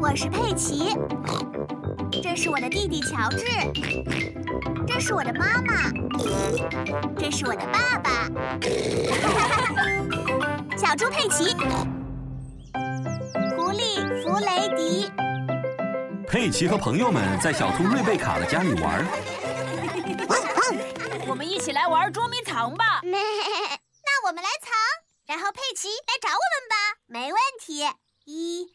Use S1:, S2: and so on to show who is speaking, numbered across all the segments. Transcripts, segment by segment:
S1: 我是佩奇，这是我的弟弟乔治，这是我的妈妈，这是我的爸爸， 小猪佩奇，狐狸弗雷迪，
S2: 佩奇和朋友们在小兔瑞贝卡的家里玩儿。
S3: 我们一起来玩捉迷藏吧！
S1: 那我们来藏，然后佩奇来找我们吧，没问题。一，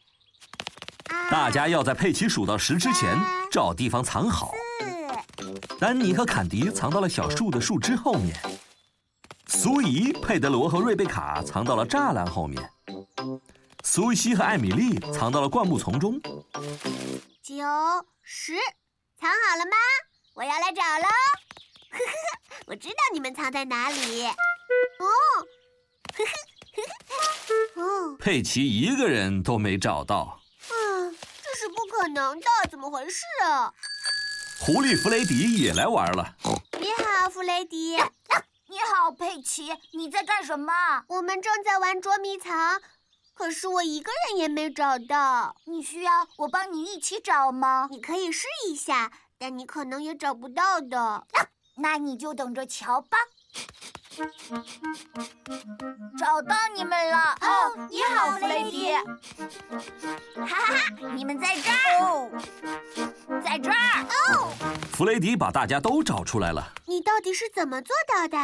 S1: 二，
S2: 大家要在佩奇数到十之前找地方藏好。
S1: 四。
S2: 丹尼和坎迪藏到了小树的树枝后面，苏怡、佩德罗和瑞贝卡藏到了栅栏后面，苏西和艾米丽藏到了灌木丛中。
S1: 九十，藏好了吗？我要来找喽！ 我知道你们藏在哪里。哦，哦，
S2: 佩奇一个人都没找到。
S1: 嗯，这是不可能的，怎么回事啊？
S2: 狐狸弗雷迪也来玩了。
S1: 你好，弗雷迪，
S3: 你好，佩奇，你在干什么？
S1: 我们正在玩捉迷藏，可是我一个人也没找到。
S3: 你需要我帮你一起找吗？
S1: 你可以试一下，但你可能也找不到的。
S3: 那你就等着瞧 吧。找到你们了！
S1: 哦你好
S3: 弗雷迪。
S1: 雷
S3: 哈哈哈，你们在这儿，
S1: 哦
S3: 在这儿。
S2: 弗雷迪把大家都找出来了。
S1: 你到底是怎么做到的？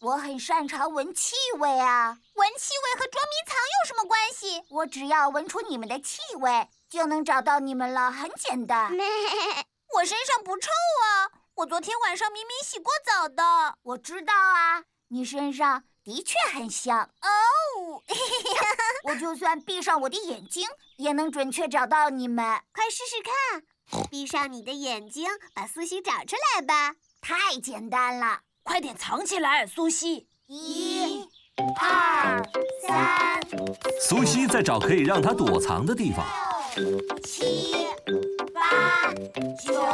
S3: 我很擅长闻气味啊。闻气味和捉迷藏有什么关系？我只要闻出你们的气味，就能找到你们了，很简单。 我身上不臭啊，我昨天晚上明明洗过澡的。我知道啊，你身上的确很香哦。 我就算闭上我的眼睛，也能准确找到你 们。
S1: 快试试看，闭上你的眼睛，把苏西找出来吧。
S3: 太简单了，快点藏起来，苏西。一、
S1: 二、
S3: 三、
S2: 苏西在找可以让他躲藏的地方。
S3: 七、八、九、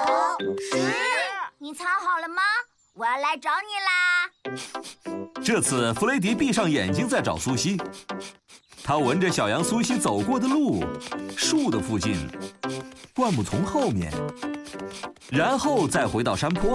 S3: 十，你藏好了吗？我要来找你啦！
S2: 这次弗雷迪闭上眼睛在找苏西，他闻着小羊苏西走过的路、树的附近、灌木丛后面，然后再回到山坡。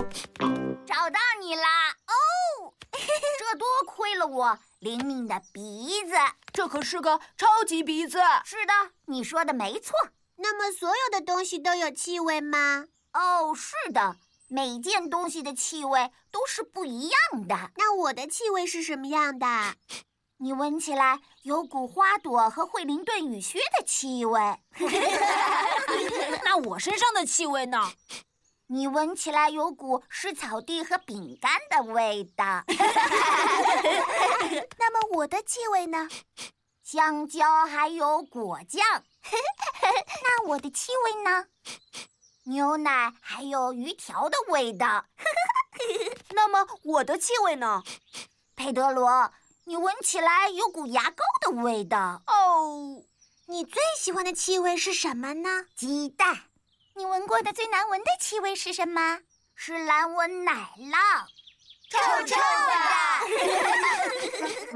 S3: 找到你啦！哦， 这多亏了我灵敏的鼻子。这可是个超级鼻子。是的，你说的没错。
S1: 那么所有的东西都有气味吗？
S3: 哦，是的，每件东西的气味都是不一样的。
S1: 那我的气味是什么样的？
S3: 你闻起来有股花朵和惠灵顿雨靴的气味。
S4: 那我身上的气味呢？
S3: 你闻起来有股湿草地和饼干的味 道，
S1: 那么我的气味呢？
S3: 香蕉还有果酱。那我的气味呢？牛奶还有鱼条的味道。
S4: 那么我的气味呢？
S3: 佩德罗，你闻起来有股牙膏的味道。
S4: 哦，
S1: 你最喜欢的气味是什么呢？
S3: 鸡蛋，你闻过的最难闻的气味是什么？是蓝纹奶酪，臭臭的。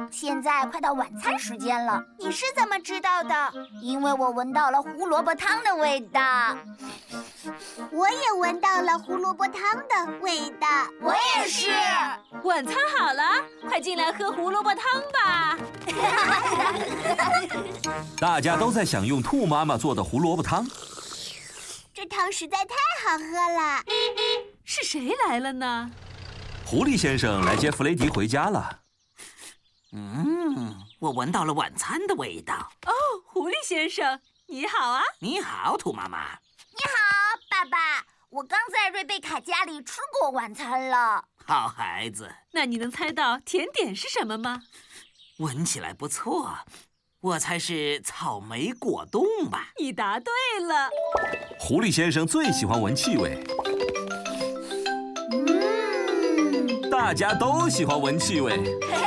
S3: 现在快到晚餐时间了，
S1: 你是怎么知道的？
S3: 因为我闻到了胡萝卜汤的味道。
S1: 我也闻到了胡萝卜汤的味道。
S3: 我也是。
S4: 晚餐好了，快进来喝胡萝卜汤吧。
S2: 大家都在享用兔妈妈做的胡萝卜汤。
S1: 这汤实在太好喝了。
S4: 是谁来了呢？
S2: 狐狸先生来接弗雷迪回家了。
S5: 嗯，我闻到了晚餐的味道。
S4: 狐狸先生，你好啊！
S5: 你好，兔妈妈。
S3: 爸爸，我刚在瑞贝卡家里吃过晚餐了。
S5: 好孩子，
S4: 那你能猜到甜点是什么吗？
S5: 闻起来不错。我猜是草莓果冻吧？
S4: 你答对了。
S2: 狐狸先生最喜欢闻气味，大家都喜欢闻气味。